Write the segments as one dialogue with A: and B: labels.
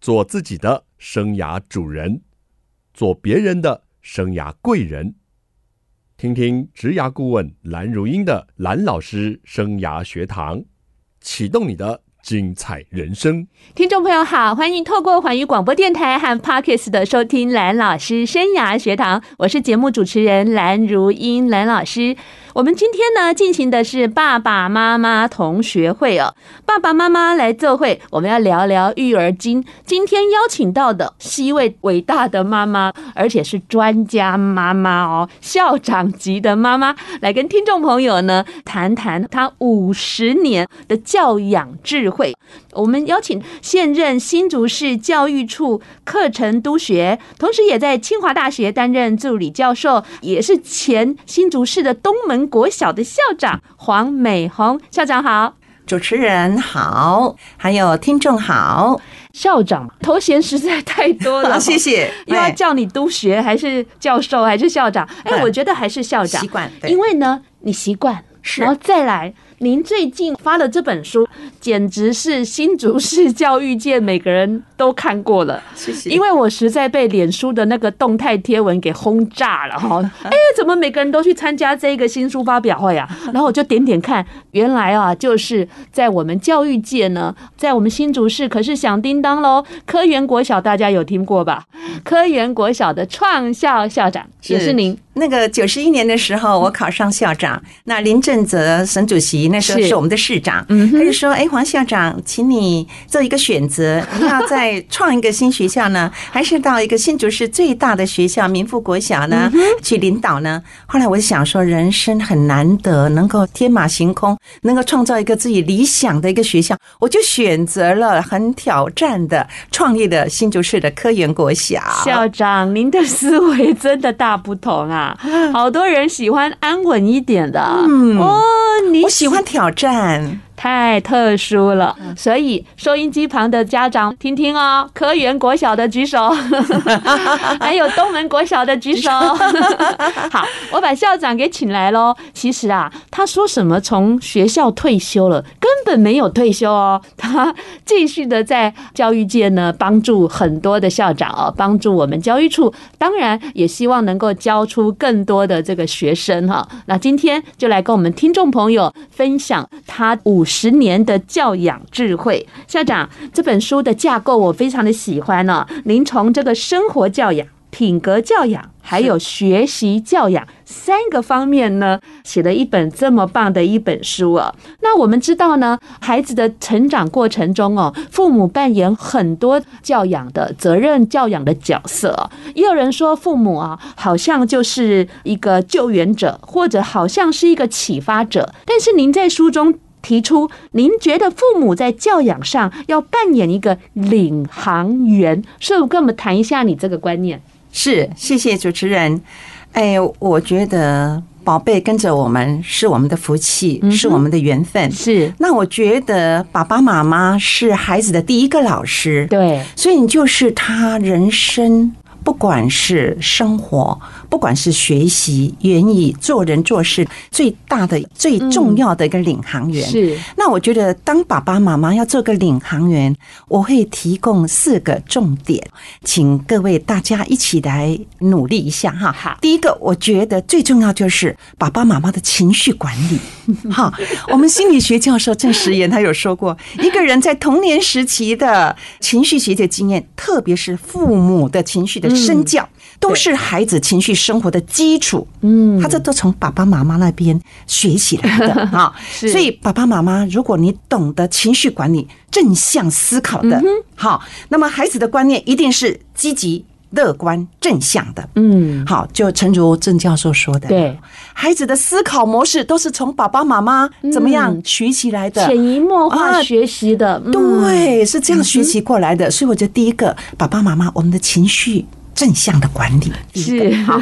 A: 做自己的生涯主人，做别人的生涯贵人。听听职涯顾问蓝如英的蓝老师生涯学堂，启动你的精彩人生。
B: 听众朋友好，欢迎透过环宇广播电台和 Parkes 的收听蓝老师生涯学堂，我是节目主持人蓝如英，蓝老师。我们今天呢进行的是爸爸妈妈同学会哦，爸爸妈妈来做会，我们要聊聊育儿经。今天邀请到的是一位伟大的妈妈，而且是专家妈妈哦，校长级的妈妈，来跟听众朋友呢谈谈她五十年的教养智慧。我们邀请现任新竹市教育处课程督学，同时也在清华大学担任助理教授，也是前新竹市的东门国小的校长黄美红校长好。
C: 主持人好，还有听众好，
B: 校长头衔实在太多了，
C: 谢谢。哎
B: 又要叫你督学，还是教授，还是校长？哎，
C: 嗯
B: 我觉得还是校长
C: 习，惯，对
B: 因为呢，你习惯，
C: 是
B: 然后再来。您最近发了这本书，简直是新竹市教育界每个人都看过了。
C: 谢谢，
B: 因为我实在被脸书的那个动态贴文给轰炸了 哈、哎，怎么每个人都去参加这个新书发表会 啊？然后我就点点看，原来啊，就是在我们教育界呢，在我们新竹市可是响叮当喽。科园国小大家有听过吧？科园国小的创校校长
C: 嗯是
B: 也是您，
C: 那个九十一年的时
B: 嗯
C: 候，我考上校长，那林正泽沈主席那时候
B: 是
C: 是我们的市长，
B: 嗯
C: 他
B: 哼，
C: 就说：“哎，黄校长，请你做一个 选择，你要再创一个新学校呢，还是到一个新竹市最大的学校民富国小呢
B: 嗯
C: 去领导呢？”后来我想说，人生很难得能够天马行空，能够创造一个自己理想的一个学校，我就选择了很挑战的创立的新竹市的科研国小。
B: 校长，您的思维真的大不同啊！ 好多人喜欢安稳一点的，
C: 嗯
B: 哦，你
C: 我喜欢挑战，
B: 太特殊了，所以收音机旁的家长听听哦，科园国小的举手， 还有东门国小的举手。 好，我把校长给请来喽。其实啊，他说什么从学校退休了，根本没有退休哦， 他继续的在教育界呢帮助很多的校长哦，帮助我们教育处，当然也希望能够教出更多的这个学生哈、那今天就来跟我们听众朋友分享他五十年的教养智慧。校长这本书的架构我非常的喜欢呢、您从这个生活教养。品格教养，还有学习教养三个方面呢，写了一本这么棒的一本书啊。那我们知道呢，孩子的成长过程中哦，父母扮演很多教养的责任、教养的角色哦、也有人说，父母啊，好像就是一个救援者，或者好像是一个启发者。但是您在书中。提出，您觉得父母在教养上要扮演一个领航员，是不是跟我们谈一下你这个观念？
C: 是谢谢主持人。哎，我觉得宝贝跟着我们是我们的福气，
B: 嗯哼
C: 是我们的缘分。
B: 是
C: 那我觉得爸爸妈妈是孩子的第一个老师，
B: 对，
C: 所以你就是他人生，不管是生活，不管是学习、言语、做人做事，最大的、最重要的一个领航员。
B: 嗯是
C: 那我觉得，当爸爸妈妈要做个领航员，我会提供四个重点，请各位大家一起来努力一下哈。
B: 好
C: 第一个，我觉得最重要就是爸爸妈妈的情绪管理。哈，我们心理学教授郑时言他有说过，一个人在童年时期的情绪学的经验，特别是父母的情绪的身教，都是孩子情绪生活的基础。
B: 嗯，
C: 他这都从爸爸妈妈那边学起 来的啊。
B: 是
C: 所以爸爸妈妈，如果你懂得情绪管理、正向思考
B: 嗯
C: 的，好，那么孩子的观念一定是积极、乐观、正向的。
B: 嗯，
C: 好，就诚如郑教授说的，
B: 对，
C: 孩子的思考模式都是从爸爸妈妈怎么样
B: 嗯
C: 学起来的。
B: 潜移默化
C: 啊
B: 学习的，嗯，
C: 对，是这样学习过来的。所以我觉得第一个，爸爸妈妈，我们的情绪正向的管理，第一个
B: 是
C: 好。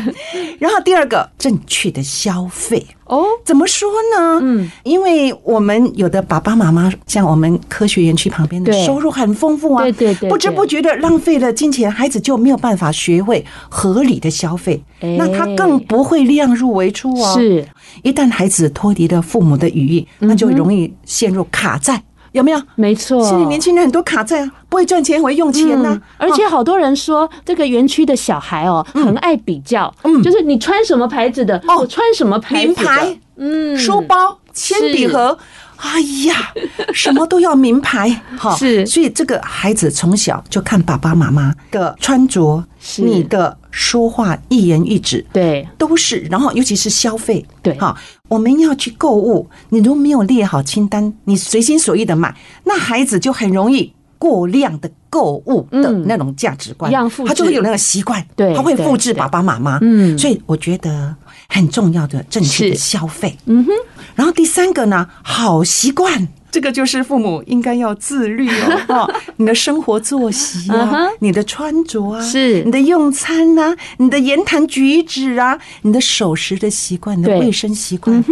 C: 然后第二个，正确的消费。
B: 哦，
C: 怎么说呢？
B: 嗯，
C: 因为我们有的爸爸妈妈，像我们科学园区旁边的
B: 对
C: 收入很丰富啊，
B: 对对对对
C: 不知不觉的浪费了金钱，孩子就没有办法学会合理的消费，
B: 哎
C: 那他更不会量入为出啊。，
B: 是嗯
C: 一旦孩子脱离了父母的羽翼，那就容易陷入卡债。有没有？
B: 没错，
C: 现在年轻人很多卡在不会赚钱，会用钱呐、
B: 嗯而且好多人说这个园区的小孩哦，很爱比较，
C: 嗯
B: 就是你穿什么牌子的，
C: 哦
B: 我穿什么牌
C: 名
B: 子的，
C: 牌、
B: 嗯，
C: 书包、铅笔盒，哎呀，什么都要名牌，哈
B: 是
C: 所以这个孩子从小就看爸爸妈妈的穿着，
B: 是
C: 你的说话一言一指，
B: 对
C: 都是，然后尤其是消费，
B: 对
C: 好，我们要去购物，你如果没有列好清单，你随心所欲的买，那孩子就很容易过量的购物的
B: 嗯
C: 那种价值观，
B: 一样复制
C: 他就会有那个习惯，
B: 对
C: 他会复制
B: 对对
C: 爸爸妈妈，
B: 嗯
C: 所以我觉得很重要的正确的
B: 是
C: 消费，嗯哼，然后第三个呢，好习惯。这个就是父母应该要自律 哦，哈，你的生活作息
B: 嗯
C: 啊
B: 哼，
C: 你的穿着啊，
B: 是
C: 你的用餐呐、你的言谈举止啊，你的守时的习惯，你的
B: 对嗯
C: 卫生习惯，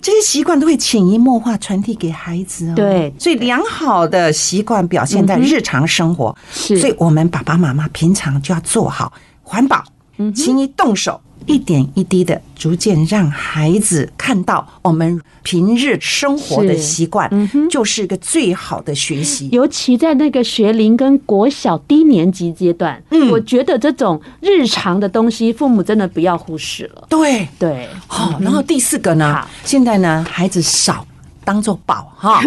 C: 这些习惯都会潜移默化传递给孩子哦。
B: 对嗯
C: 所以良好的习惯表现在日常生活，
B: 是
C: 所以我们爸爸妈妈平常就要做好环保，
B: 嗯
C: 勤于动手。一点一滴的，逐渐让孩子看到我们平日生活的
B: 是嗯
C: 习惯，就是一个最好的学习。
B: 尤其在那个学龄跟国小低年级阶段，
C: 嗯
B: 我觉得这种日常的东西，父母真的不要忽视了。
C: 对，
B: 对，
C: 好、然后第四个呢
B: 嗯好，
C: 现在呢，孩子少当做 宝哈。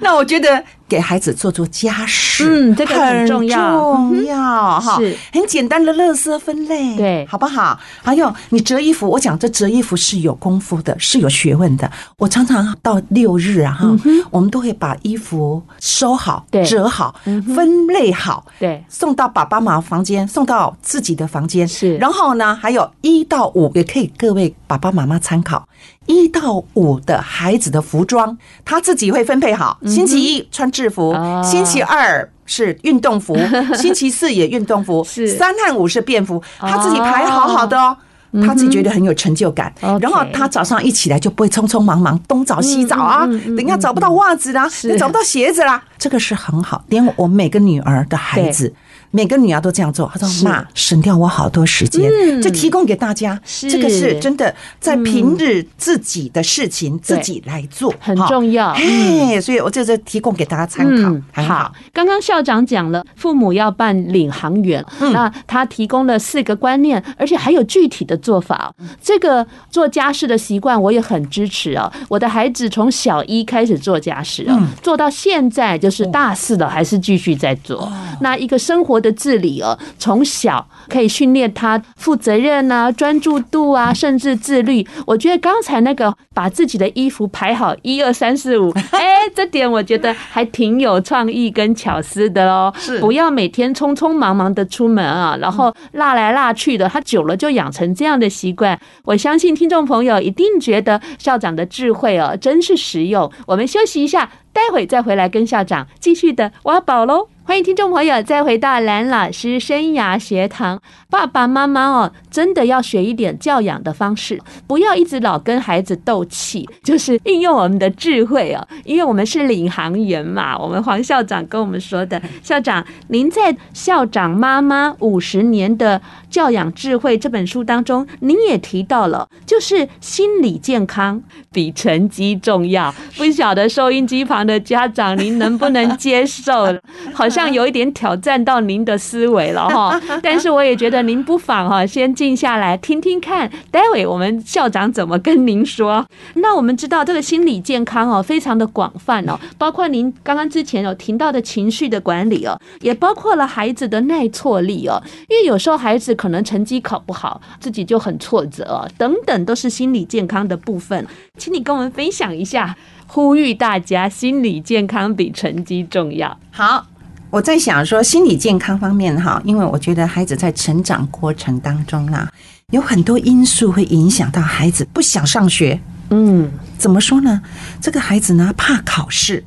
C: 那我觉得给孩子做做家事，
B: 嗯这个很重要嗯
C: 很重要哈、
B: 是
C: 很简单的垃圾分类，
B: 对
C: 好不好？还有你折衣服，我讲这折衣服是有功夫的，是有学问的。我常常到六日啊哈、我们都会把衣服收好
B: 嗯对、嗯
C: 折好、分类好，
B: 对
C: 送到爸爸妈妈房间，送到自己的房间。
B: 是
C: 然后呢，还有一到五也可以各位爸爸妈妈参考。一到五的孩子的服装，他自己会分配好。星期一穿制服，
B: 嗯啊
C: 星期二是运动 服，星期四也运动服，
B: 是啊
C: 三和五是便服，他自己排好好的哦。他自己觉得很有成就感，
B: 嗯 OK
C: 然后他早上一起来就不会匆匆忙忙东找西找啊，
B: 嗯嗯嗯嗯
C: 等一下找不到袜子啦，
B: 是
C: 你找不到鞋子啦，这个是很好。连我每个女儿的孩子，每个女儿都这样做。她
B: 是嗯
C: 说：“妈，省掉我好多时间。”这提供给大家，
B: 是
C: 这个是真的在平日自己的事情自己来做，
B: 嗯很
C: 哈
B: 重要
C: 哎，所以我这是提供给大家参考
B: 嗯，
C: 很
B: 好
C: 好。，
B: 刚刚校长讲了，父母要办领航员，
C: 嗯
B: 那他提供了四个观念，而且还有具体的做法。哦
C: 嗯
B: 这个做家事的习惯我也很支持哦。我的孩子从小一开始做家事哦，
C: 嗯
B: 做到现在就是大四了，还是继续在做。那一个生活的自理哦，从小可以训练他负责任啊、专注度啊，甚至自律。我觉得刚才那个把自己的衣服排好一二三四五，哎，这点我觉得还挺有创意跟巧思的哦。
C: 是
B: 不要每天匆匆忙忙的出门啊，然后落来落去的，他久了就养成这样的习惯。我相信听众朋友一定觉得校长的智慧哦，真是实用。我们休息一下，待会再回来跟校长继续的挖宝喽。欢迎听众朋友再回到蓝老师生涯学堂。爸爸妈妈哦，真的要学一点教养的方式，不要一直老跟孩子斗气， 就是运用我们的智慧哦。因为我们是领航员嘛，我们黄校长跟我们说的，校长，您在《校长妈妈五十年的教养智慧》这本书当中，您也提到了，就是心理健康比成绩重要。不晓得收音机旁的家长，您能不能接受？好像有一点挑战到您的思维了哈。但是我也觉得您不妨哈，先静下来听听看，待会我们校长怎么跟您说。那我们知道这个心理健康哦，非常的广泛哦，包括您刚刚之前有提到的情绪的管理哦，也包括了孩子的耐挫力哦，因为有时候孩子可能成绩考不好，自己就很挫折哦，等等都是心理健康的部分，请你跟我们分享一下。呼吁大家，心理健康比成绩重要。
C: 好，我在想说心理健康方面哈，因为我觉得孩子在成长过程当中啦，有很多因素会影响到孩子不想上学。
B: 嗯，
C: 怎么说呢？这个孩子呢，怕考试，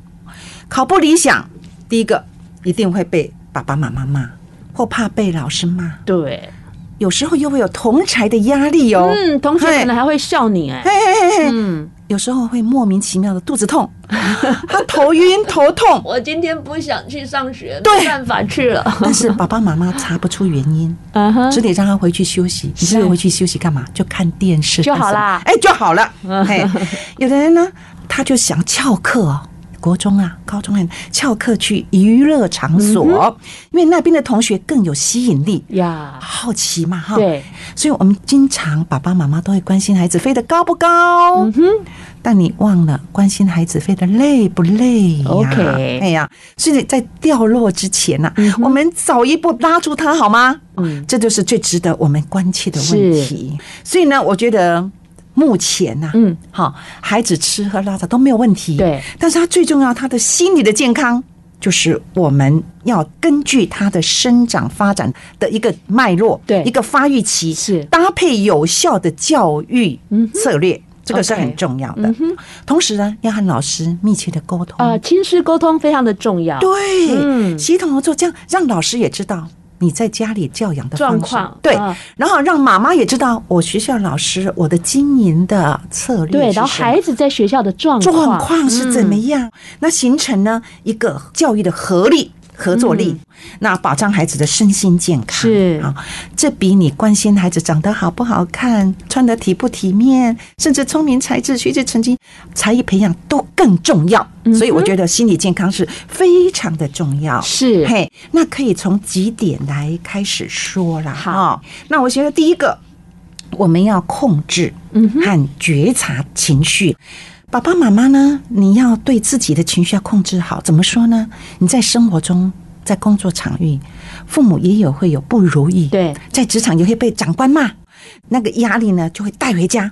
C: 考不理想，第一个一定会被爸爸妈妈骂，或怕被老师骂，
B: 对，
C: 有时候又会有同才的压力哦。
B: 嗯，同学可能还会笑你哎、
C: 嘿嘿嘿嘿，
B: 嗯，
C: 有时候会莫名其妙的肚子痛， 他头晕头痛，
B: 我今天不想去上学，
C: 对
B: 没办法去了。
C: 但是爸爸妈妈查不出原因。
B: 嗯哼
C: 只得让他回去休息。你让他回去休息干嘛？就看电视
B: 就好
C: 干什么
B: 啦嗯
C: 哎，就好了。哎，有的人呢，他就想翘课哦，国中啊、高中啊翘课去娱乐场所，
B: 嗯
C: 因为那边的同学更有吸引力。
B: 呀，
C: 好奇嘛哈，
B: 对，
C: 所以我们经常爸爸妈妈都会关心孩子飞得高不高，嗯哼，但你忘了关心孩子飞得累不累呀
B: OK
C: 哎呀，所以在掉落之前呐、啊我们早一步拉住他好吗？
B: 嗯，
C: 这就是最值得我们关切的问题。所以呢，我觉得目前呐、
B: 嗯，
C: 好，孩子吃喝拉撒都没有问题，
B: 对，
C: 但是他最重要，他的心理的健康。就是我们要根据他的生长发展的一个脉络，
B: 对
C: 一个发育期，
B: 是
C: 搭配有效的教育策略，这个
B: 嗯
C: 是
B: OK 嗯
C: 很重要的。同时呢，要和老师密切的沟通，
B: 呃，亲师沟通非常的重要。
C: 对，
B: 嗯
C: 协同合作，这样让老师也知道你在家里教养的方式
B: 状况
C: 对，
B: 啊
C: 然后让妈妈也知道我学校老师我的经营的策略
B: 对，
C: 是
B: 然后
C: 什么
B: 孩子在学校的状嗯况
C: 状况是怎么
B: 嗯
C: 样，那形成呢一个教育的合力。合作力，那保障孩子的身心健康
B: 嗯是
C: 啊，这比你关心孩子长得好不好看、穿得体不体面，甚至聪明才智、学习成绩、才艺培养都更重要。
B: 嗯
C: 所以我觉得心理健康是非常的重要。
B: 是
C: 嘿，那可以从几点来开始说啦？
B: 好
C: 哦，那我觉得第一个，我们要控制
B: 嗯哼
C: 和觉察情绪。爸爸妈妈呢，你要对自己的情绪要控制好。怎么说呢？你在生活中，在工作场域，父母也有会有不如意，
B: 对，
C: 在职场也会被长官骂，那个压力呢就会带回家。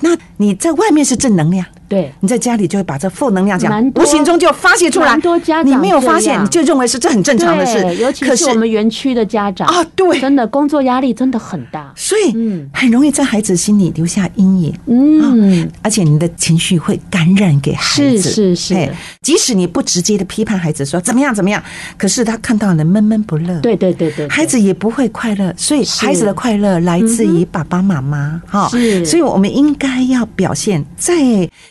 C: 那你在外面是正能量，
B: 对
C: 你在家里就会把这负能量讲
B: 蛮，多
C: 无形中就发泄出来。
B: 蛮多家长
C: 你没有发
B: 这
C: 现，
B: 样
C: 你就认为是这很正常的事
B: 对，。尤其
C: 可
B: 是我们园区的家长
C: 啊对啊
B: 真的工作压力真的很大。
C: 所以
B: 嗯
C: 很容易在孩子心里留下阴影。
B: 嗯，
C: 而且你的情绪会感染给孩子，
B: 是是是
C: 嘿即使你不直接的批判孩子说怎么样怎么样，可是他看到了闷闷不乐，
B: 对对对对，对
C: 孩子也不会快乐，所以
B: 是嗯
C: 孩子的快乐来自于爸爸妈妈哈、
B: 是
C: 所以我们应该要表现在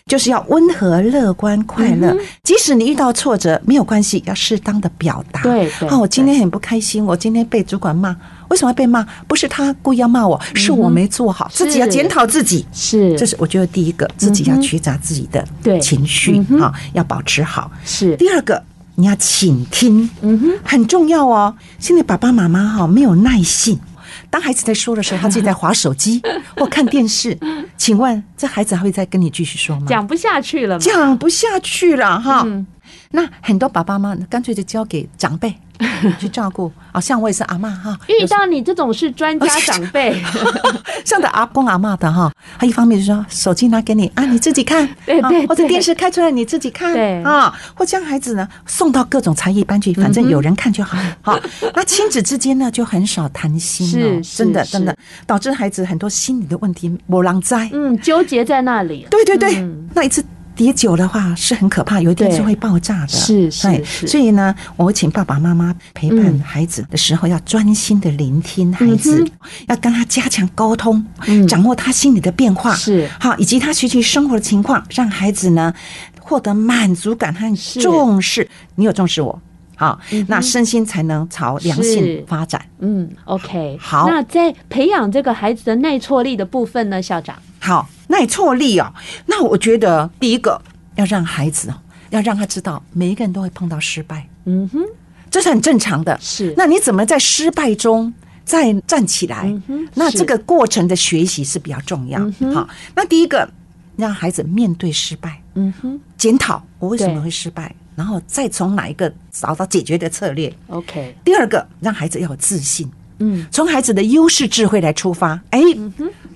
C: 就是要温和、乐观、快
B: 嗯
C: 乐、即使你遇到挫折没有关系，要适当的表达。
B: 对对
C: 哦，我今天很不开心，我今天被主管骂，为什么要被骂？不是他故意要骂我，是我没做好，
B: 嗯是
C: 自己要检讨自己。
B: 是嗯
C: 这是我觉得第一个，自己要觉察自己的
B: 对
C: 情绪
B: 嗯哼
C: 啊、要保持好。
B: 是
C: 第二个，你要倾听，
B: 嗯哼，
C: 很重要哦。现在爸爸妈妈哈没有耐性，当孩子在说的时候，他自己在划手 机或看电视，请问这孩子还会再跟你继续说吗？
B: 讲不下去了嘛，
C: 讲不下去了哈。
B: 嗯
C: 那很多爸爸妈妈干脆就交给长辈 去照顾，啊，像我也是阿妈哈，
B: 遇到你这种是专
C: 哦
B: 家长 辈，
C: 像的阿公阿妈的哈，他一方面就说手机拿给你啊，你自己看，
B: 对对嗯
C: 啊或者
B: 对
C: 电视开出来你自己看，
B: 对
C: 啊，或将孩子呢送到各种才艺班
B: 嗯
C: 去，反正有人看就 好了。好，那亲子之间呢就很少谈心了，
B: 是
C: 真的
B: 是
C: 真的，导致孩子很多心理的问题，没人灾。
B: 嗯，纠结在那里，
C: 对对对，
B: 嗯
C: 那一次跌久的话是很可怕，有一天
B: 对
C: 是会爆炸的。
B: 是是
C: 哎
B: 是
C: 所以呢，我请爸爸妈妈陪伴
B: 嗯
C: 孩子的时候，要专心的聆听孩
B: 嗯
C: 子，要跟他加强沟通，
B: 嗯
C: 掌握他心理的变化，
B: 是
C: 好，以及他学习生活的情况，让孩子呢获得满足感和
B: 是嗯
C: 重视。你有重视我。好，那身心才能朝良性
B: 是
C: 发展。
B: 嗯，OK，
C: 好
B: 那在培养这个孩子的耐挫力的部分呢，校长，
C: 好，耐挫力哦，那我觉得第一个要让孩子哦，要让他知道每一个人都会碰到失败，
B: 嗯哼，
C: 这是很正常的。
B: 是
C: 那你怎么在失败中再站起来？
B: 嗯哼
C: 那
B: 是嗯
C: 这个过程的学习是比较重要。好，那第一个让孩子面对失败，
B: 嗯哼
C: 检讨我为什么
B: 对
C: 会失败，然后再从哪一个找到解决的策略。
B: ，OK，
C: 第二个，让孩子要有自信，
B: 嗯，
C: 从孩子的优势智慧来出发。哎，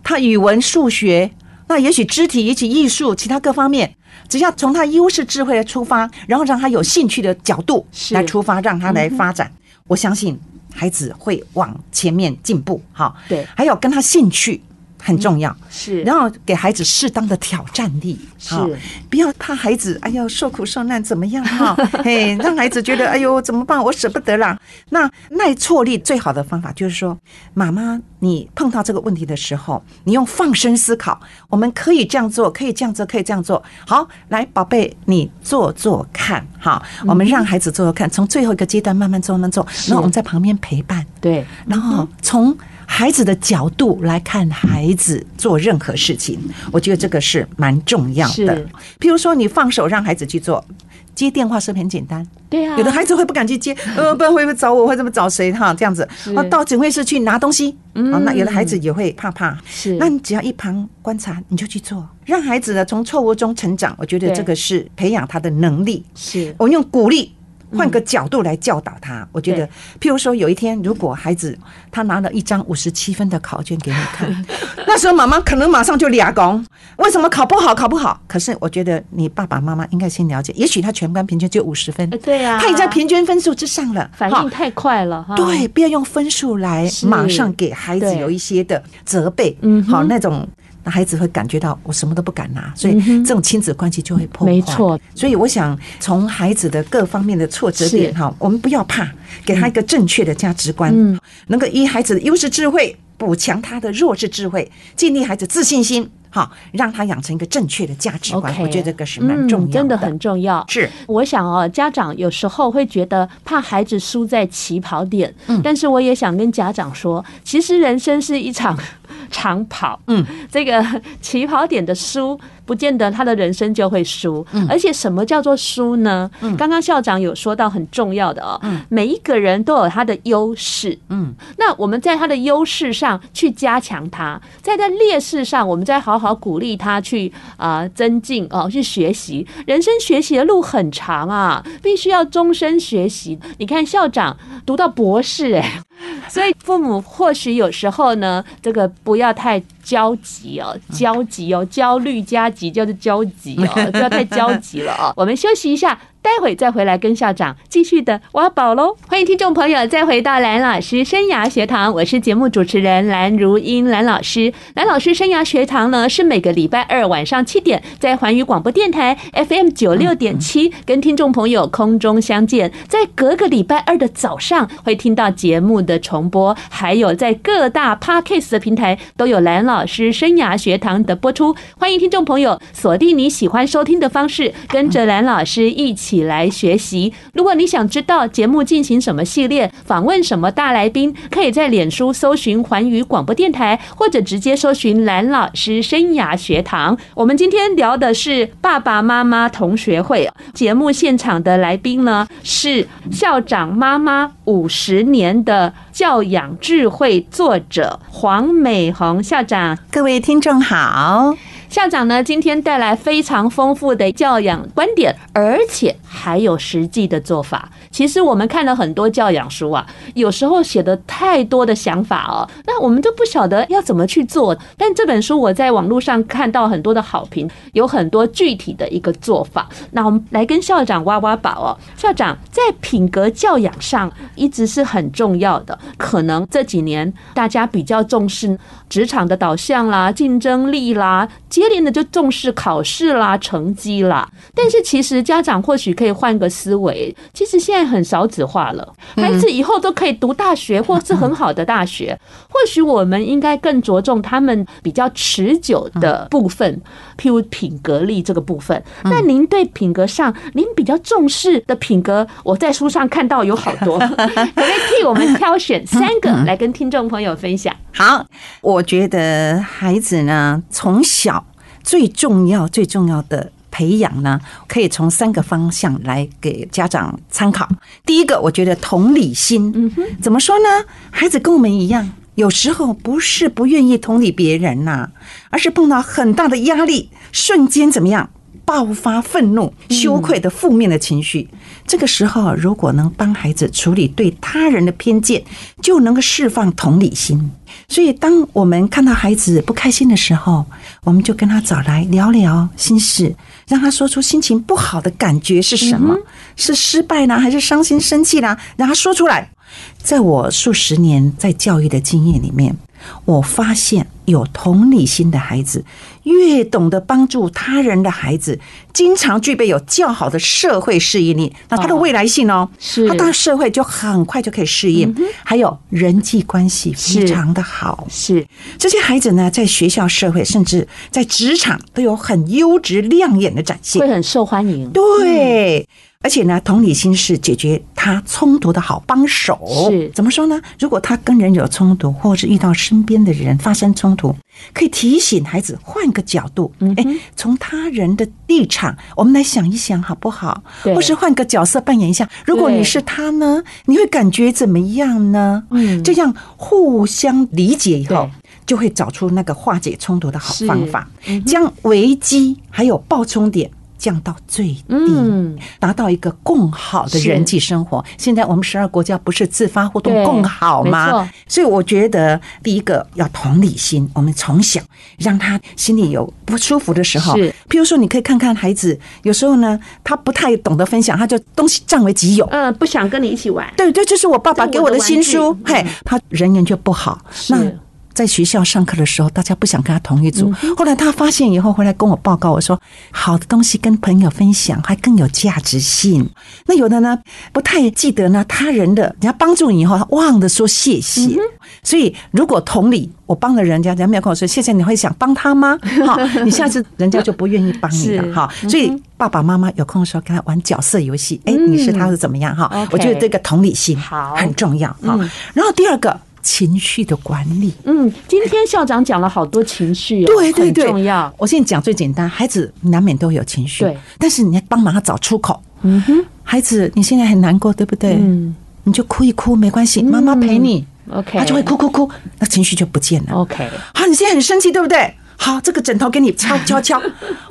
C: 他语文、数学，那也许肢体，也许艺术，其他各方面，只要从他优势智慧来出发，然后让他有兴趣的角度
B: 是嗯
C: 来出发，让他来发展，我相信孩子会往前面进步。好，
B: 对
C: 还有跟他兴趣很重要。
B: 是，
C: 然后给孩子适当的挑战力，
B: 是
C: 啊不要怕孩子，哎呦受苦受难怎么 样哈？嘿，让孩子觉得哎呦怎么办，我舍不得啦。那耐挫力最好的方法就是说，妈妈，你碰到这个问题的时候，你用放生思考，我们可以这样做，可以这样做，可以这样做。好，来，宝贝，你做做看哈。
B: 嗯
C: 我们让孩子做做看，从最后一个阶段慢慢做，慢慢做，然后我们在旁边陪伴。
B: 对，
C: 然
B: 嗯
C: 后从孩子的角度来看孩子做任何事情，我觉得这个是蛮重要的
B: 是。
C: 譬如说，你放手让孩子去做，接电话是不是很简单？
B: 对呀、啊，
C: 有的孩子会不敢去接，呃，不然会不会找我，会怎么找谁哈？这样子
B: 是，
C: 哦，到警卫室去拿东西，
B: 嗯
C: 哦，那有的孩子也会怕怕。
B: 是
C: 那你只要一旁观察，你就去做，让孩子呢从错误中成长。我觉得
B: 对
C: 这个是培养他的能力。
B: 是
C: 我用鼓励，换个角度来教导
B: 嗯
C: 他。我觉得，譬如说，有一天如果孩子他拿了一张五十七分的考卷给你 看，那时候妈妈可能马上就俩拱，为什么考不好？考不好？可是我觉得你爸爸妈妈应该先了解，也许他全班平均就五十分
B: 呃，对呀、
C: 他已经在平均分数之上了，
B: 反
C: 哈
B: 应太快了哈，
C: 对，不要用分数来
B: 啊是
C: 马上给孩子
B: 对
C: 有一些的责备，
B: 嗯哼
C: 好那种。孩子会感觉到我什么都不敢拿，所以
B: 嗯哼
C: 这种亲子关系就会破坏。
B: 没错，
C: 所以我想从孩子的各方面的挫折
B: 是
C: 点哈，我们不要怕，给他一个正确的价值观，
B: 嗯
C: 能够依孩子的优势智慧补强他的弱智智慧，建立孩子自信心，哈，让他养成一个正确的价值观。
B: OK
C: 我觉得这个是蛮重要
B: 嗯，真的很重要。
C: 是
B: 我想哦，家长有时候会觉得怕孩子输在起跑点，
C: 嗯
B: 但是我也想跟家长说，其实人生是一场 长跑，
C: 嗯，
B: 这个起跑点的输，不见得他的人生就会输，嗯，而且什么叫做输呢？嗯，刚刚校长有说到很重要的哦，嗯，每一个人都有他的优势，
C: 嗯，
B: 那我们在他的优势上去加强他，在他劣势上，我们再好好鼓励他去啊、增进哦，去学习。人生学习的路很长啊，必须要终身学习。你看校长读到博士、哎， 所以父母或许有时候呢，这个不要太焦急哦，焦急哦，焦虑加急就是焦急哦，不要太焦急了哦。我们休息一下。待会再回来跟校长继续的挖宝喽！欢迎听众朋友再回到蓝老师生涯学堂，我是节目主持人蓝如英，蓝老师。蓝老师生涯学堂呢是每个礼拜二晚上七点在环宇广播电台 FM 九六点七跟听众朋友空中相见，在隔个礼拜二的早上会听到节目的重播，还有在各大 Podcast 的平台都有蓝老师生涯学堂的播出，欢迎听众朋友锁定你喜欢收听的方式，跟着蓝老师一起来学习。如果你想知道节目进行什么系列，访问什么大来宾，可以在脸书搜寻环宇广播电台，或者直接搜寻蓝老师生涯学堂。我们今天聊的是爸爸妈妈同学会节目现场的来宾呢，是校长妈妈五十年的教养智慧作者黄美红校长。
C: 各位听众好，
B: 校长呢，今天带来非常丰富的教养观点，而且还有实际的做法。其实我们看了很多教养书啊，有时候写的太多的想法哦，那我们都不晓得要怎么去做。但这本书我在网络上看到很多的好评，有很多具体的一个做法。那我们来跟校长挖挖宝哦。校长在品格教养上一直是很重要的，可能这几年大家比较重视职场的导向啦、竞争力啦，接连的就重视考试啦、成绩啦。但是其实家长或许可以换个思维，其实现在很少子化了，孩子以后都可以读大学或是很好的大学。或许我们应该更着重他们比较持久
C: 嗯
B: 的部分，譬如品格力这个部分。那您对品格上，您比较重视的品格，我在书上看到有好 多，可不可以替我们挑选
C: 嗯
B: 三个来跟听众朋友分享？
C: 好，我觉得孩子呢，从小最重要、最重要的培养呢，可以从三个方向来给家长参考。第一个，我觉得同理心，嗯哼，怎么说呢？孩子跟我们一样，有时候不是不愿意同理别人呐、而是碰到很大的压力，瞬间怎么样？爆发愤怒、羞愧的负面的情绪，这个时候如果能帮孩子处理对他人的偏见，就能够释放同理心。所以，当我们看到孩子不开心的时候，我们就跟他找来聊聊心事，让他说出心情不好的感觉是什么，是失败呢，还是伤心、生气呢？让他说出来。在我数十年在教育的经验里面，我发现有同理心的孩子，越懂得帮助他人的孩子，经常具备有较好的社会适应力。那他的
B: 哦
C: 未来性哦，
B: 是嗯
C: 他到社会就很快就可以适应，还有人际关系非
B: 是
C: 常的好。
B: 是
C: 这些孩子呢，在学校、社会，甚至在职场，都有很优质、亮眼的展现
B: 会。很受欢迎。
C: 对，而且呢，同理心是解决他冲突的好帮手。
B: 是
C: 怎么说呢？如果他跟人有冲突，或是遇到身边的人发生冲突，可以提醒孩子换个角度，
B: 嗯
C: 哎、从他人的立场，我们来想一想好不好？
B: 对
C: 或是换个角色扮演一下。如果
B: 对
C: 你是他呢，你会感觉怎么样呢？
B: 嗯
C: 这样互相理解以后
B: 对。
C: 就会找出那个化解冲突的好
B: 是嗯
C: 方法，将危机还有爆冲点降到最低。
B: 嗯，
C: 达到一个更好的
B: 是
C: 人际生活。现在我们十二国家不是自发互动
B: 对
C: 更好
B: 没错
C: 吗？所以我觉得第一个要同理心，我们从小让他心里有不舒服的时候
B: 是，
C: 譬如说你可以看看孩子，有时候呢他不太懂得分享，他就东西占为己有。
B: 嗯，不想跟你一起玩，
C: 对，这就是我爸爸
B: 这
C: 给
B: 我
C: 我
B: 的
C: 的
B: 玩
C: 新
B: 具嗯
C: 书，嘿，他人缘就不好。那
B: 是
C: 在学校上课的时候，大家不想跟他同一组。
B: 嗯
C: 后来他发现以后，回来跟我报告，我说好的东西跟朋友分享还更有价值性。那有的呢，不太记得呢他人的，人家帮助你以后，他忘了说谢
B: 嗯
C: 谢。所以如果同理，我帮了人家，人家没有跟我说谢谢，你会想帮他 吗？哈，你下次人家就不愿意帮你
B: 是嗯
C: 了哈。所以爸爸妈妈有空的时候跟他玩角色游戏，哎，你是他是怎么样哈？
B: 嗯 OK
C: 我觉得这个同理心
B: 好
C: 很重要哈。然后第二个，情绪的管理。
B: 嗯，今天校长讲了好多情绪哦，
C: 对对对，
B: 很重要。
C: 我现在讲最简单，孩子难免都有情绪，
B: 对，
C: 但是你要帮忙他找出口。
B: 嗯哼，
C: 孩子，你现在很难过，对不对？
B: 嗯
C: 你就哭一哭，没关系，妈妈陪你。
B: ，OK，
C: 他就会哭哭哭，那情绪就不见了。
B: ，OK，
C: 好，你现在很生气，对不对？好，这个枕头给你敲 敲敲，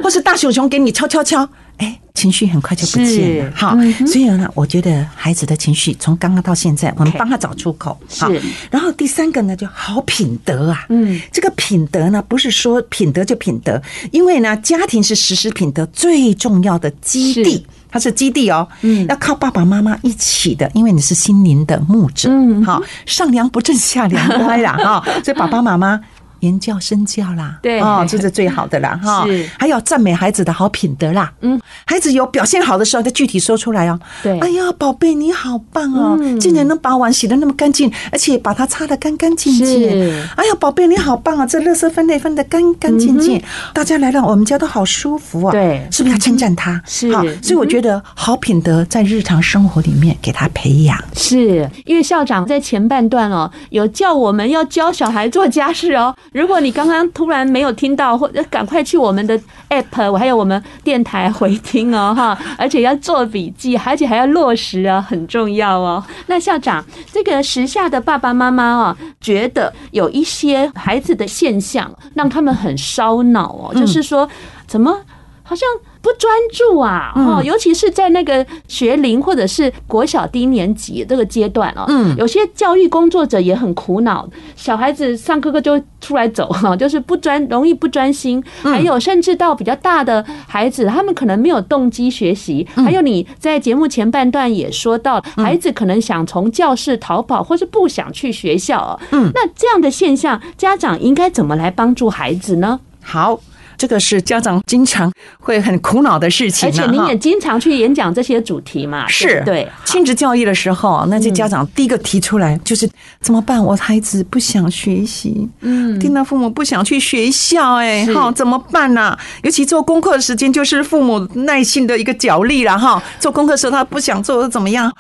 C: 或是大熊熊给你敲敲敲，哎，情绪很快就不
B: 是。
C: 见了
B: 嗯
C: 好，所以呢，我觉得孩子的情绪从刚刚到现在，我们帮他找出口。好
B: 是，
C: 然后第三个呢，就好品德啊。
B: 嗯，
C: 这个品德呢，不是说品德就品德，因为呢，家庭是实施品德最重要的基
B: 是
C: 地。它是基地哦，
B: 嗯
C: 要靠爸爸妈妈一起的，因为你是心灵的牧者，
B: 嗯
C: 好，上梁不正下梁歪啦哈， 所以爸爸妈妈。言教身教啦，
B: 对
C: 哦，这是最好的啦，哈、
B: 是
C: 还有赞美孩子的好品德啦，
B: 嗯，
C: 孩子有表现好的时候，再具体说出来哦。
B: 对
C: 哎呀，宝贝，你好棒哦，
B: 嗯
C: 竟然能把碗洗得那么干净，而且把它擦得干干净净
B: 是。
C: 哎呀，宝贝，你好棒啊，这垃圾分类分得干干净净，大家来到我们家都好舒服啊。
B: 嗯对
C: 是不是要称赞他？
B: 是
C: 好
B: 嗯哼
C: 所以我觉得好品德在日常生活里面给他培养。
B: 是因为校长在前半段哦，有叫我们要教小孩做家事哦。如果你刚刚突然没有听到，或者呃赶快去我们的 app，我还有我们电台回听哦哈，而且要做笔记，而且还要落实啊，很重要哦。那校长，这个时下的爸爸妈妈哦，觉得有一些孩子的现象让他们很烧脑哦，就是说怎么好像不专注啊，哦，尤其是在那个学龄或者是国小低年级这个阶段哦，
C: 嗯
B: 有些教育工作者也很苦恼，小孩子上课课就出来走 哈，就是不专，容易不专心，还有甚至到比较大的孩子，他们可能没有动机学习，还有你在节目前半段也说到，孩子可能想从教室逃跑，或是不想去学校哦，嗯，那这样的现象，家长应该怎么来帮助孩子呢？
C: 好，这个是家长经常会很苦恼的事
B: 而
C: 情啊、
B: 且你
C: 哈
B: 也经常去演讲这些主题嘛，对
C: 是
B: 不对，
C: 亲子教育的时候，那些家长第一个提出来就是、怎么办？我孩子不想学习，嗯，听到父母不想去学校、哎，
B: 是
C: 哈，怎么办呢、尤其做功课的时间，就是父母耐心的一个角力了哈。做功课的时候他不想做，怎么样？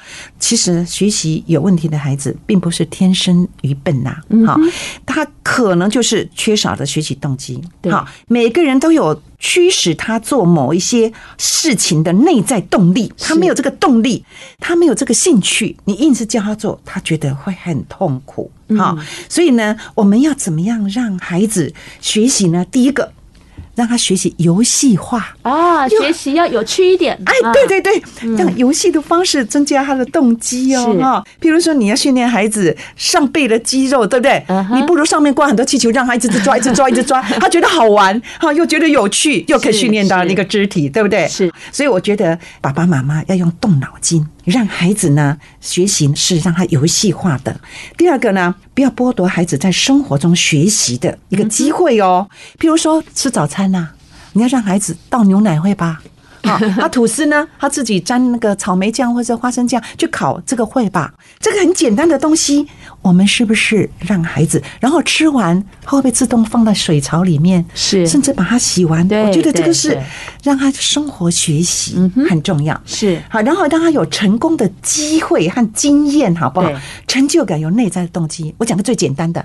C: 其实学习有问题的孩子，并不是天生愚笨呐、
B: 嗯
C: 哈、他可能就是缺少了学习动机。
B: 对
C: 哈，每个人都有驱使他做某一些事情的内在动力，他没有这个动力，他没有这个兴趣，你硬是叫他做，他觉得会很痛苦。哈、所以呢，我们要怎么样让孩子学习呢？第一个，让他学习游戏化。
B: 啊，学习要有趣一点。
C: 哎
B: 啊，
C: 对，对对，让游戏的方式增加他的动机哦
B: 是，
C: 哈。譬如说，你要训练孩子上背的肌肉，对不对
B: 嗯？哼
C: 你不如上面挂很多气球，让他一直抓，一直抓，一 直抓，他觉得好玩，哈，又觉得有趣，又可以
B: 是
C: 训练到
B: 是
C: 那个肢体，对不对？
B: 是。
C: 所以我觉得爸爸妈妈要用动脑筋，让孩子呢学习是让他游戏化的。第二个呢，不要剥夺孩子在生活中学习的
B: 嗯
C: 啊一个机会哦，譬如说吃早餐呐、你要让孩子倒牛奶会吧。 啊，他吐司呢，他自己沾那个草莓酱或者花生酱去烤，这个会吧？这个很简单的东西，我们是不是让孩子，然后吃完，他会不会自动放到水槽里面？
B: 是
C: 甚至把它洗完。
B: 对
C: 我觉得这
B: 对
C: 个是
B: 对嗯
C: 让他生活学习很重要。
B: 是
C: 好，然后让他有成功的机会和经验，好不好
B: 对？
C: 成就感有内在的动机。我讲个最简单的，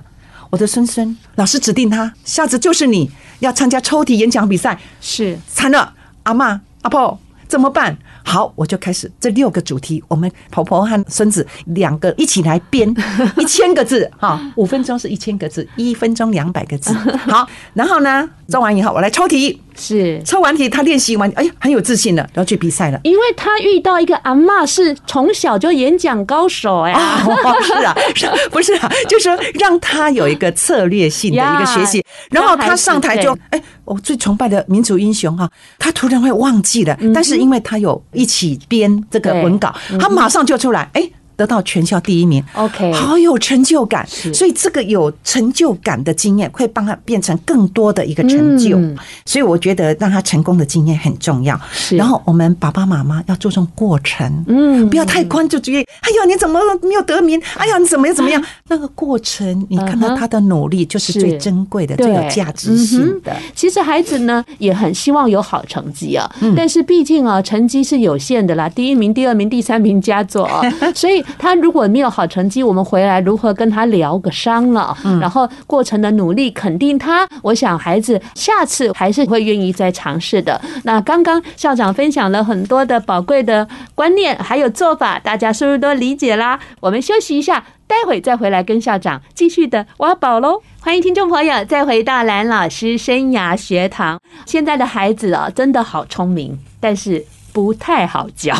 C: 我的孙孙，老师指定他，下次就是你要参加抽题演讲比赛，
B: 是
C: 惨了，阿妈阿婆怎么办？好，我就开始这六个主题，我们婆婆和孙子两个一起来编一千个字哈，五分钟是一千个字，一分钟两百个字。好，然后呢，做完以后我来抽题，
B: 是。
C: 抽完题他练习完，哎呀，很有自信了，然后去比赛了。
B: 因为他遇到一个阿嬷是从小就演讲高手哎、
C: 哦，是啊，是啊不是啊？就是说让他有一个策略性的一个学习
B: 呀，
C: 然后他上台就
B: 让
C: 哎，我最崇拜的民族英雄哈、他突然会忘记了，
B: 嗯
C: 但是因为他有一起编这个文稿，他马上就出来，哎，得到全校第一名。
B: OK
C: 好有成就感，
B: 是
C: 所以这个有成就感的经验会帮他变成更多的一个成就，
B: 嗯
C: 所以我觉得让他成功的经验很重要。
B: 是
C: 然后我们爸爸妈妈要注重过程，
B: 嗯
C: 不要太宽就觉得，哎呀，你怎么没有得名？哎呀，你怎么样怎么样？那个过程，你看
B: 嗯
C: 到
B: 哼
C: 他的努力，就是
B: 是
C: 最珍贵的、
B: 对
C: 最有价值性的
B: 嗯。哼其实孩子呢也很希望有好成绩啊，
C: 嗯
B: 但是毕竟啊成绩是有限的啦，第一名、第二名、第三名佳作 啊，所以他如果没有好成绩，我们回来如何跟他疗个伤了？
C: 嗯
B: 然后过程的努力肯定他，我想孩子下次还是会愿意再尝试的。那刚刚校长分享了很多的宝贵的观念还有做法，大家是不是都理解啦？我们休息一下。待会再回来跟校长继续的挖宝喽。欢迎听众朋友再回到蓝老师生涯学堂。现在的孩子啊，真的好聪明，但是。不太好 教，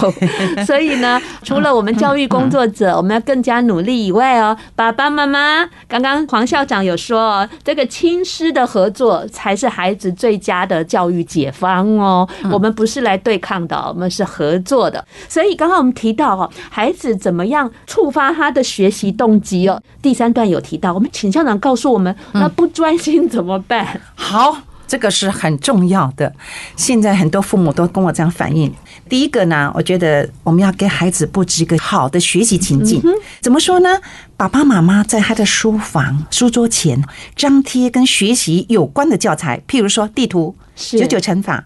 B: 所以呢，除了我们教育工作者，我们要更加努力以外哦，爸爸妈妈，刚刚黄校长有说哦，这个亲师的合作才是孩子最佳的教育解方哦。
C: 嗯
B: 我们不是来对抗的，我们是合作的。所以刚刚我们提到哦，孩子怎么样触发他的学习动机哦？第三段有提到，我们请校长告诉我们，
C: 嗯
B: 那不专心怎么办？
C: 好，这个是很重要的。现在很多父母都跟我这样反映。第一个呢，我觉得我们要给孩子布置一个好的学习情境。
B: 嗯
C: 怎么说呢？爸爸妈妈在他的书房、书桌前张贴跟学习有关的教材，譬如说地图、
B: 是哦
C: 九九乘法、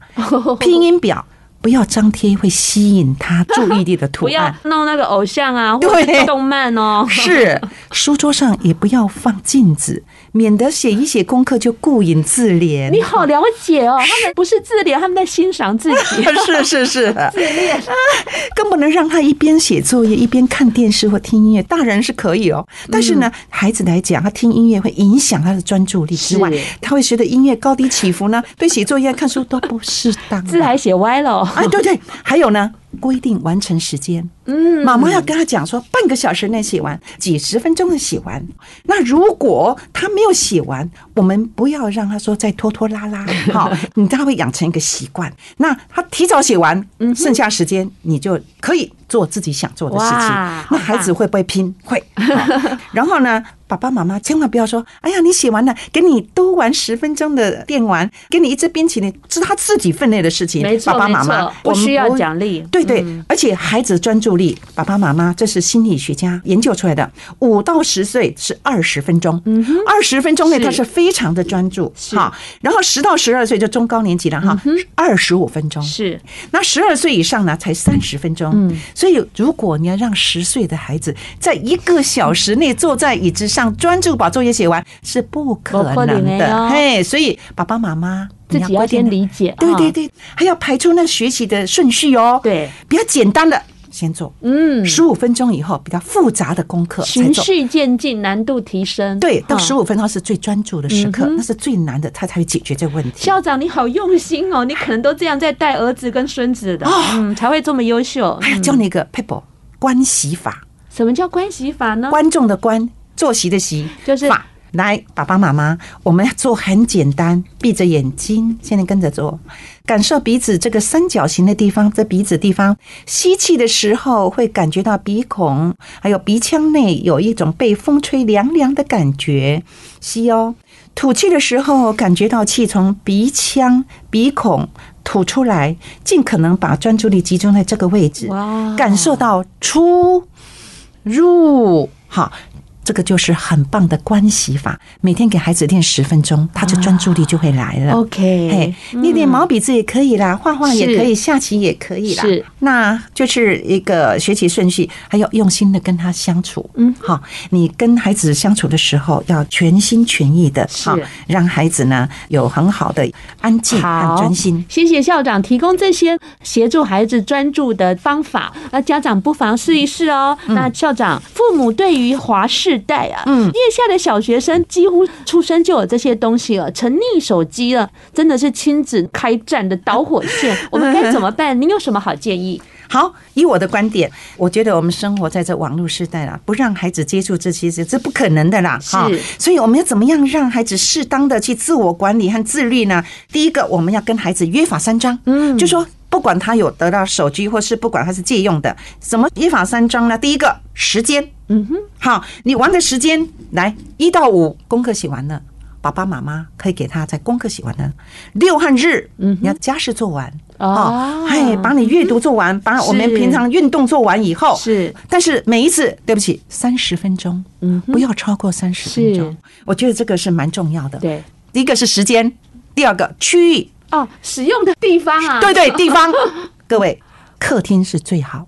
C: 拼音表，不要张贴会吸引他注意力的 图
B: 不要
C: 案。
B: 弄那个偶像啊，或者
C: 对
B: 是动漫 哦。
C: 是，书桌上也不要放镜子，免得写一写功课就顾影自怜。
B: 你好了解哦，他们不是自怜，他们在欣赏自 己。
C: 是是是， 更不能让他一边写作业一边看电视或听音乐。大人是可以哦，但是呢，孩子来讲，他听音乐会影响他的专注力之外
B: 是，
C: 他会随着音乐高低起伏呢，对写作业、看书都不适当。
B: 字还写歪了哦，
C: 哎，对对，还有呢，规定完成时间。嗯，妈妈要跟他讲说，半个小时内写完，几十分钟内写完。那如果他没有写完，我们不要让他说再拖拖拉 拉，哈、你他会养成一个习惯。那他提早写完，
B: 嗯
C: 剩下时间你就可以做自己想做的事情
B: 哇。
C: 那孩子会不会拼？会。好然后呢，爸爸妈妈千万不要说，哎呀，你写完了，给你多玩十分钟的电玩，给你一支冰淇淋，是他自己分内的事情。
B: 没错
C: 爸爸妈
B: 没
C: 妈
B: 错不需要奖励嗯
C: 对对，而且孩子专注力，爸爸妈妈这是心理学家研究出来的，五到十岁是二十分钟，二十分钟内
B: 嗯是
C: 他是非常的专注，
B: 是嗯
C: 哈，然后十到十二岁就中高年级了哈，二十五分钟
B: 是
C: 那十二岁以上呢，才三十分钟。嗯，所以如果你要让十岁的孩子在一个小时内坐在椅子上专注把作业写完，是不可
B: 不可能
C: 能
B: 的哟
C: 的。嘿，所以爸爸妈妈
B: 自己要先
C: 理。
B: 理解。
C: 啊
B: 啊
C: 对对
B: 对，
C: 对，还要排出那学习的顺序哦。
B: 对，
C: 比较简单的先做，
B: 嗯，
C: 十五分钟以后比较复杂的功课才
B: 循
C: 做。
B: 序渐进，难度提升。
C: 对，到
B: 嗯
C: 十五分钟是最专注的时刻，那是最难的，他才会解决这个问题。
B: 校长你好用心哦， 你可能都这样在带儿子跟孙子的，嗯，才会这么优秀。嗯
C: 还要教你一个 people 关系法，
B: 什么叫关系法呢？
C: 观众的观，坐席的席，
B: 就是
C: 法。来，爸爸妈妈，我们要做很简单，闭着眼睛，现在跟着做，感受鼻子这个三角形的地方，这鼻子地方，吸气的时候会感觉到鼻孔，还有鼻腔内有一种被风吹凉凉的感觉，吸哦。吐气的时候，感觉到气从鼻腔、鼻孔吐出来，尽可能把专注力集中在这个位置，
B: 哇
C: 感受到出、入，好。这个就是很棒的观息法，每天给孩子练十分钟，他就专注力就会来了。
B: 哦
C: 嘿
B: OK，，
C: 你练毛笔字也可以啦，画画也可以，下棋也可以啦。
B: 嗯是，
C: 那就是一个学习顺序，还有用心的跟他相处。
B: 嗯，
C: 好，你跟孩子相处的时候要全心全意的，
B: 是
C: 好让孩子呢有很好的安静和
B: 好
C: 专心。
B: 谢谢校长提供这些协助孩子专注的方法，那家长不妨试一试哦。那校长，父母对于华世代啊，
C: 嗯
B: 月下的小学生几乎出生就有这些东西了，沉溺手机了，真的是亲子开战的导火 线，我们该怎么办？您有什么好建议？
C: 好，以我的观点，我觉得我们生活在这网络时代啦，不让孩子接触这些是这不可能的啦。
B: 是
C: 哈所以我们要怎么样让孩子适当的去自我管理和自律呢？第一个，我们要跟孩子约法三章，嗯，就说不管他有得到手机，或是不管他是借用的，怎么约法三章呢？第一个，时间，
B: 嗯哼，
C: 好，你玩的时间来一到五，功课写完了，爸爸妈妈可以给他在功课写完了。六和日，嗯，你要家事做完
B: 哦
C: 嘿，把你阅读做完，把我们
B: 是
C: 平常运动做完以后，
B: 是，
C: 但是每一次，对不起，三十分钟，
B: 嗯哼
C: 不要超过三十分钟
B: 是，
C: 我觉得这个是蛮重要的。，
B: 对，
C: 第一个是时间，第二个区域，
B: 哦，使用的地方啊，
C: 对对，地方， 各位，客厅是最好，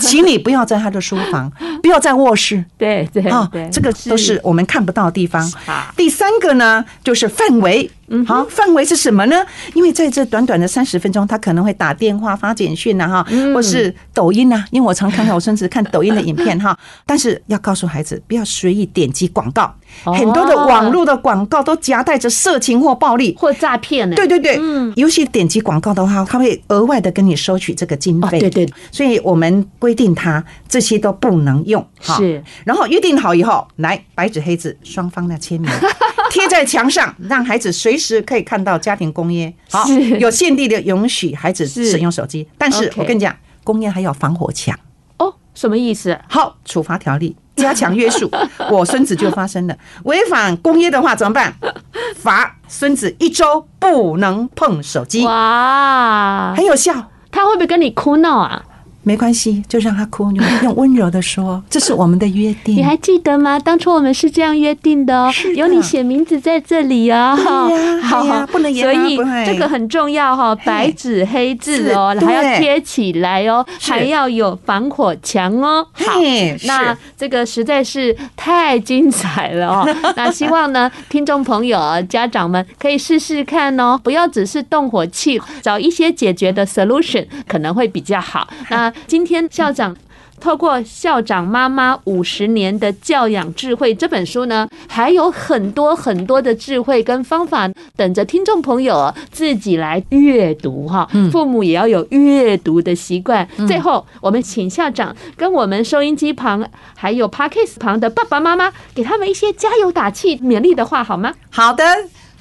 C: 请你不要在他的书房，不要在卧室。
B: 对对
C: 啊
B: 对，，
C: 这个都是我们看不到的地方
B: 好。嗯
C: 第三个呢，就是范围。好，范围是什么呢？因为在这短短的三十分钟，他可能会打电话、发简讯呐，啊哈，
B: 嗯
C: 或是抖音呐、啊因为我常看到我孙子看抖音的影片哈。 但是要告诉孩子，不要随意点击广告，
B: 哦
C: 很多的网络的广告都夹带着色情或暴力。
B: 或诈骗呢？
C: 对对对，
B: 嗯
C: 尤其点击广告的话，他会额外的跟你收取这个经费。
B: 哦对对对，
C: 所以我们规定他这些都不能用。哈
B: 是，
C: 然后约定好以后，来白纸黑字双方 的签名，贴在墙上，让孩子随时可以看到家庭公约。好，
B: 是
C: 有限地的允许孩子
B: 是
C: 使用 手机，但是
B: OK
C: 我跟你讲，公约还有防火墙。
B: 哦，什么意思？
C: 好，处罚条例加强 约束。我孙子就发生了，违反公约的话怎 么办？罚孙子一周不能碰手机，
B: 哇，
C: 很有效。
B: 他会不会跟你哭闹啊？
C: 没关系，就让他哭，你用温柔的说，这是我们的约定。
B: 你还记得吗？当初我们是这样约定的哦，
C: 嗯是的
B: 有你写名字在这里哦。
C: 对呀对呀不能言
B: 所
C: 而
B: 以
C: 不寐
B: 这个很重要哈、白纸黑字哦，
C: 是
B: 还要
C: 对
B: 贴起来哦，
C: 是
B: 还要有防火墙哦。好。
C: 嘿
B: 那
C: 是
B: 这个实在是太精彩了哦！那希望呢，听众朋友、家长们可以试试看哦，不要只是动火气，找一些解决的 solution 可能会比较好。那今天校长。透过《校长妈妈五十年的教养智慧》这本书呢，还有很多很多的智慧跟方法等着听众朋友哦自己来阅读哈。父母也要有阅读的习惯。最后，我们请校长跟我们收音机旁还有 Parkes 旁的爸爸妈妈，给他们一些加油打气、勉励的话好吗？
C: 好的，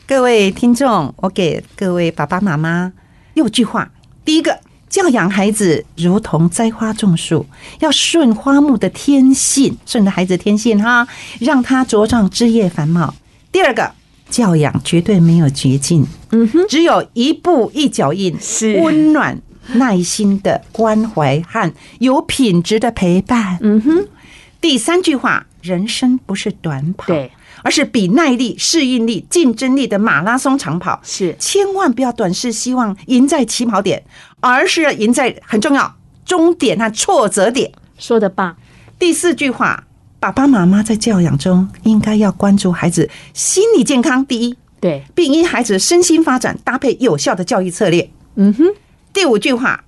C: 各位听众，我给各位爸爸妈妈六句话。第一个，教养孩子如同栽花种树，要顺花木的天性，顺着孩子天性哈，让他茁壮枝叶繁茂。第二个，教养绝对没有捷径，
B: 嗯哼，
C: 只有一步一脚印，
B: 是
C: 温暖、耐心的关怀和有品质的陪伴。
B: 嗯哼，
C: 第三句话，人生不是短跑，
B: 对，
C: 而是比耐力、适应力、竞争力的马拉松长跑。
B: 是
C: 千万不要短视，希望赢在起跑点，而是要赢在很重要终点和挫折点。
B: 说的棒，
C: 第四句话，爸爸妈妈在教养中应该要关注孩子心理健康第一，
B: 对，
C: 并因孩子身心发展搭配有效的教育策略。
B: 嗯哼，
C: 第五句话，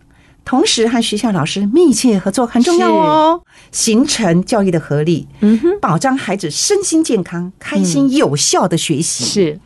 C: 同时和学校老师密切合作很重要哦，形成教育的合力，
B: 嗯哼，
C: 保障孩子身心健康、开心有效的学习。
B: 是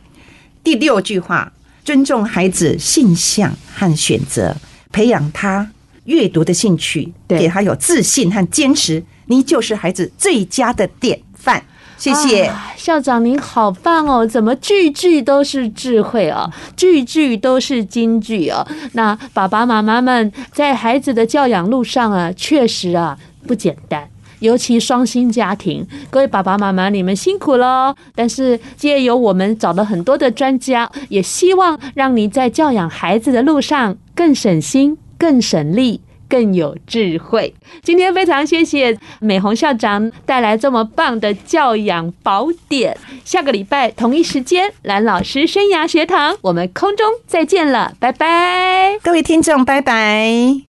C: 第六句话，尊重孩子性向和选择，培养他阅读的兴趣，
B: 对
C: 给他有自信和坚持，你就是孩子最佳的典范。谢谢。
B: 啊校长，您好棒哦！怎么句句都是智慧哦，句句都是金句哦。那爸爸妈妈们在孩子的教养路上啊，确实啊不简单。尤其双薪家庭，各位爸爸妈妈你们辛苦喽。但是借由我们找了很多的专家，也希望让你在教养孩子的路上更省心、更省力。更有智慧。今天非常谢谢美红校长带来这么棒的教养宝典。下个礼拜同一时间，蓝老师生涯学堂，我们空中再见了，拜拜。
C: 各位听众，拜拜。